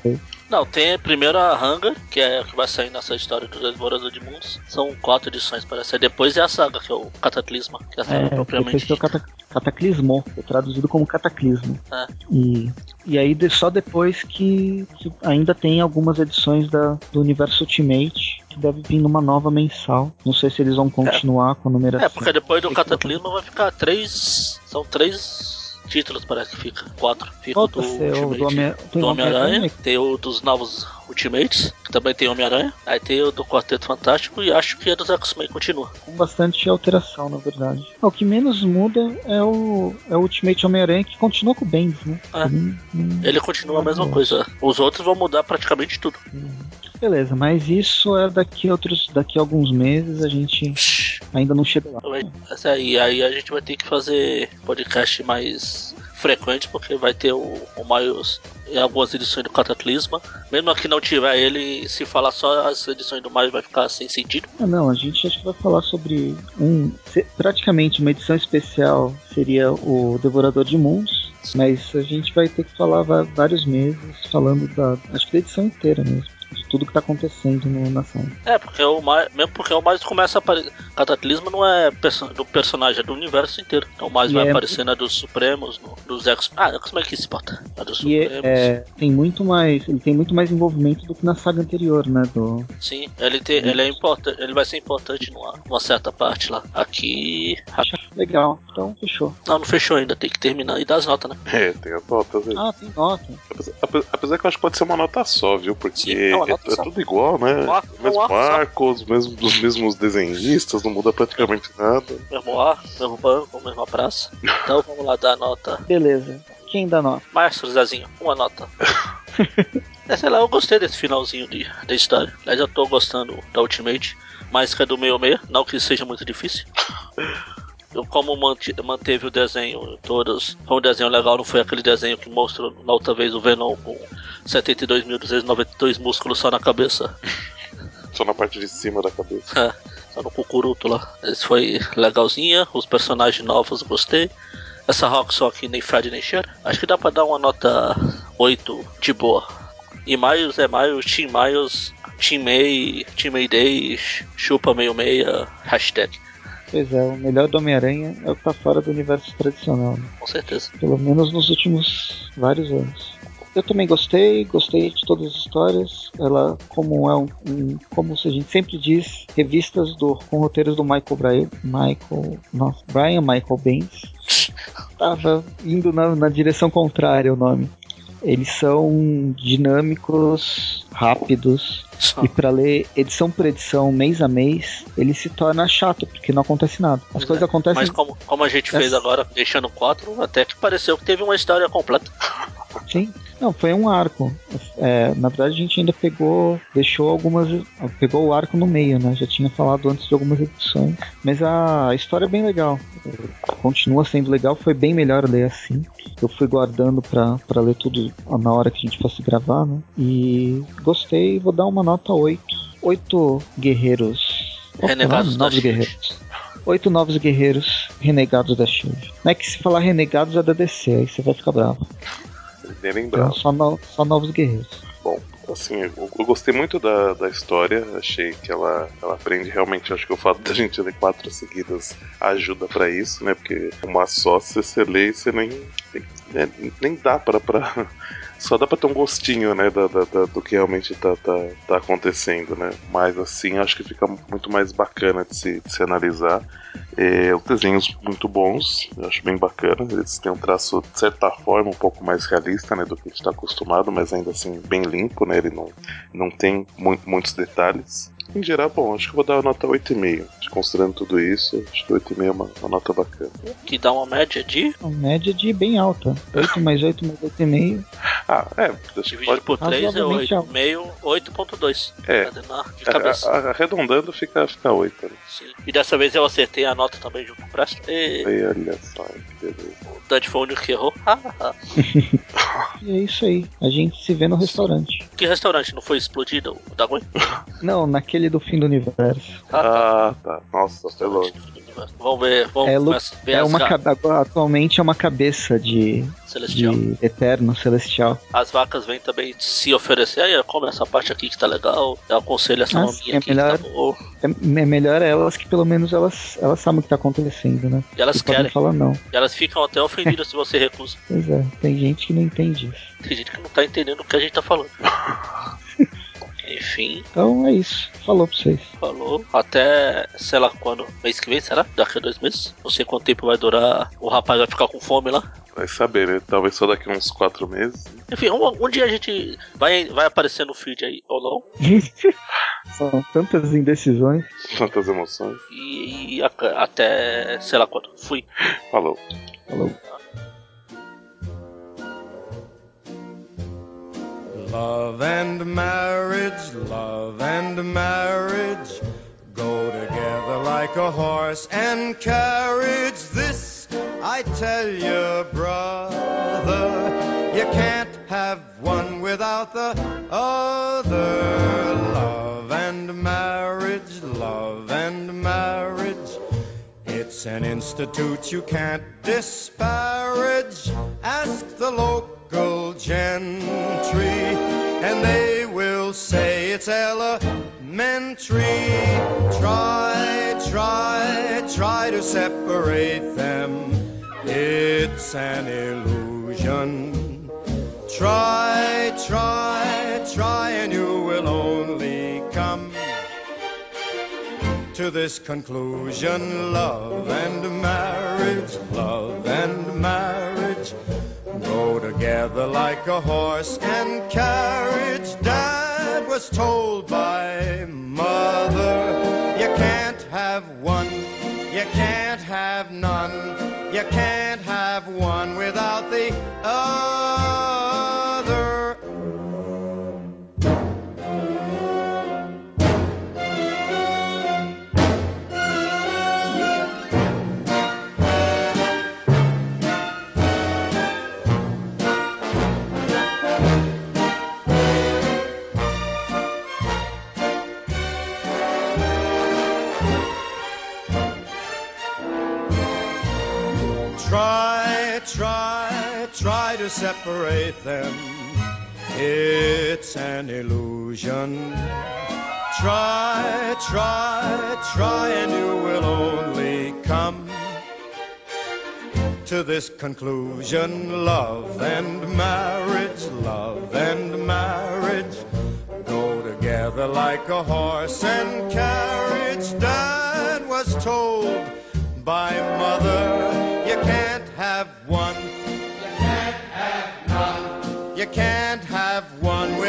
Não, tem primeiro a Hunger, que é a que vai sair nessa história do Devorador de Mundos. São quatro edições, parece. Aí depois é a saga, que é o Cataclisma, que é a saga É, depois propriamente dita. tem o cata, Cataclismo, que é traduzido como Cataclismo. Ah. E, e aí de- só depois que, que ainda tem algumas edições da, do Universo Ultimate, que deve vir numa nova mensal. Não sei se eles vão continuar com assim. a numeração. É, porque depois do Tem que botar- Cataclisma vai ficar três. São três títulos, parece que fica. Quatro. Fica o do Volta a ser o Ultimate. do né? Homem- tem do o Homem-Aranha, Homem-Aranha. tem o dos novos Ultimates, que também tem Homem-Aranha, aí tem o do Quarteto Fantástico e acho que a dos X-Men continua. com bastante alteração, na verdade. Ah, O que menos muda é o, é o Ultimate Homem-Aranha, que continua com o Bendis, né? É. Hum, hum. Ele continua a mesma Nossa. coisa. Os outros vão mudar praticamente tudo. Beleza, mas isso é daqui a outros, daqui a alguns meses, a gente ainda não chegou lá. Vai- Mas aí, aí a gente vai ter que fazer podcast mais frequente, porque vai ter o, o Miles em algumas edições do Cataclisma. Mesmo que não tiver ele, se falar só as edições do Miles vai ficar sem sentido. Ah, não, a gente acho que vai falar sobre um. se- Praticamente uma edição especial seria o Devorador de Mundos. Mas a gente vai ter que falar va- vários meses falando da. Acho que da edição inteira mesmo. De tudo que tá acontecendo no, na ação. É, porque o Miles, mesmo porque o Miles começa a aparecer. Cataclisma não é perso do personagem, é do universo inteiro. Então o Miles E vai é- aparecer na dos Supremos, no, dos X. Ah, X-Men que se importa. Na dos E Supremos. é, tem muito mais. Ele tem muito mais envolvimento do que na saga anterior, né? Do, Sim, ele, tem, ele é importante, ele vai ser importante numa, numa certa parte lá. Aqui. aqui- legal. Então, fechou. Não, não fechou ainda, tem que terminar e dar as notas, né? É, tem as notas aí. Ah, tem nota. Apesar, ape- apesar que eu acho que pode ser uma nota só, viu? Porque Sim, é uma é, nota é só. tudo igual, né? Um arco, O mesmo um arco só. arco, os mesmos, os mesmos desenhistas, não muda praticamente nada. Mesmo ar, mesmo banco, mesma praça. Então vamos lá dar a nota. Beleza. Quem dá nota? Maestro Zezinho, uma nota. é, sei lá, eu gostei desse finalzinho de, da história. Aliás, eu tô gostando da Ultimate, mais que a do meio meia, não que seja muito difícil. Eu, como mante- manteve o desenho todos, foi um desenho legal, não foi aquele desenho que mostrou na outra vez o Venom com 72.292 músculos só na cabeça, Só na parte de cima da cabeça. só Tá no cucuruto lá. Esse foi legalzinha, os personagens novos eu gostei. Essa Roxxon aqui nem fede nem cheira. Acho que dá pra dar uma nota 8 de boa. E Miles é Miles, Team Miles, Team May, Team May Day, chupa meio meia, hashtag, Pois é, o melhor do Homem-Aranha é o que tá fora do universo tradicional, né? com certeza. Pelo menos nos últimos vários anos. Eu também gostei, gostei de todas as histórias. Ela, como é um, um- como a gente sempre diz, revistas do com roteiros do Michael Brian, Michael, nossa, Brian Michael Bendis. Tava indo na, na direção contrária o nome. Eles são dinâmicos, rápidos, Ah. e pra ler edição por edição, mês a mês, ele se torna chato, porque não acontece nada. As É, coisas acontecem. Mas como, como a gente fez Essa- agora, deixando 4, até que pareceu que teve uma história completa. Sim. Não, foi um arco. É, na verdade, a gente ainda pegou, deixou algumas. Pegou o arco no meio, né? Já tinha falado antes de algumas edições. Mas a história é bem legal. Continua sendo legal, foi bem melhor ler assim. Eu fui guardando pra, pra ler tudo na hora que a gente fosse gravar, né? E gostei, vou dar uma nota 8. 8 guerreiros Renegados da novos Shield. guerreiros. Oito novos guerreiros renegados da Shield. Não é que se falar renegados é da DC, aí você vai ficar bravo. Nem Então, lembrava. só, no- só novos guerreiros. Bom, assim, eu, eu gostei muito da, da história, achei que ela, ela aprende realmente, acho que o fato da gente ler quatro seguidas ajuda pra isso, né? Porque uma só, se você lê, e você nem, nem, né, nem dá pra, pra. Só dá pra ter um gostinho, né, da, da- da- do que realmente tá, tá, tá acontecendo, né? Mas assim, acho que fica muito mais bacana de se, de se analisar. É, os desenhos muito bons, eu acho bem bacana. Eles têm um traço, de certa forma, um pouco mais realista né, do que a gente está acostumado, mas ainda assim bem limpo, né? Ele não, não tem mu- muitos detalhes. Em geral, bom, acho que eu vou dar a nota 8,5. Acho que Considerando tudo isso, acho que 8,5 é uma, uma nota bacana. Que dá uma média de É Uma média de bem alta. 8 mais 8 mais 8,5. Ah, é, acho que dividido pode. por 3 é Razoavelmente alto. 8,5, 8.2. É, Tá dando De a- cabeça. a- a- arredondando fica, fica 8. Né? Sim. E dessa vez eu acertei a nota também junto com o Presto. E Aí, olha só, que beleza. o Dante foi o único que errou. Ah, ah, ah. E é isso aí. A gente se vê no restaurante. Que restaurante? Não foi explodido o da Gwen? Não, naquele do fim do universo. Ah, tá. Nossa, foi longe. Vamos ver, vamos É, Lu- começar a ver é as, uma ga- ca- agora, Atualmente é uma cabeça de, Celestial. de Eterno Celestial. As vacas vêm também se oferecer. Aí, come essa parte aqui que tá legal. Eu aconselho essa Ah, maminha sim, é aqui que tá melhor. boa. É é melhor elas que pelo menos elas, elas sabem o que tá acontecendo, né? E elas Não podem querem. falar não. E elas ficam até ofendidas se você recusa. Pois é, tem gente que não entende isso. Tem gente que não tá entendendo o que a gente tá falando. Enfim, Então é isso. Falou pra vocês. falou. Até, sei lá quando, mês que vem, será? Daqui a dois meses? Não sei quanto tempo vai durar. O rapaz vai ficar com fome lá. Vai saber, né? Talvez só daqui uns 4 meses. Enfim, um, um dia a gente vai, vai aparecer no feed aí, ou não. São tantas indecisões. Tantas emoções. E, e a- até, sei lá quando. Fui. Falou. Falou. Love and marriage, love and marriage go together like a horse and carriage. This I tell you, brother, you can't have one without the other. Love and marriage, love and marriage. It's an institute you can't disparage. Ask the local gentry, and they will say it's elementary. Try, try, try to separate them. It's an illusion. Try, try, try, and you will only come to this conclusion love and marriage, love and marriage go together like a horse and carriage. Dad was told by mother, you can't have one, you can't have none, you can't have one without the other. Try, try, try to separate them. It's an illusion. Try, try, try, and you will only come to this conclusion. Love and marriage, love and marriage go together like a horse and carriage. Dad was told by mother, you can't have one, you can't have none, you can't have one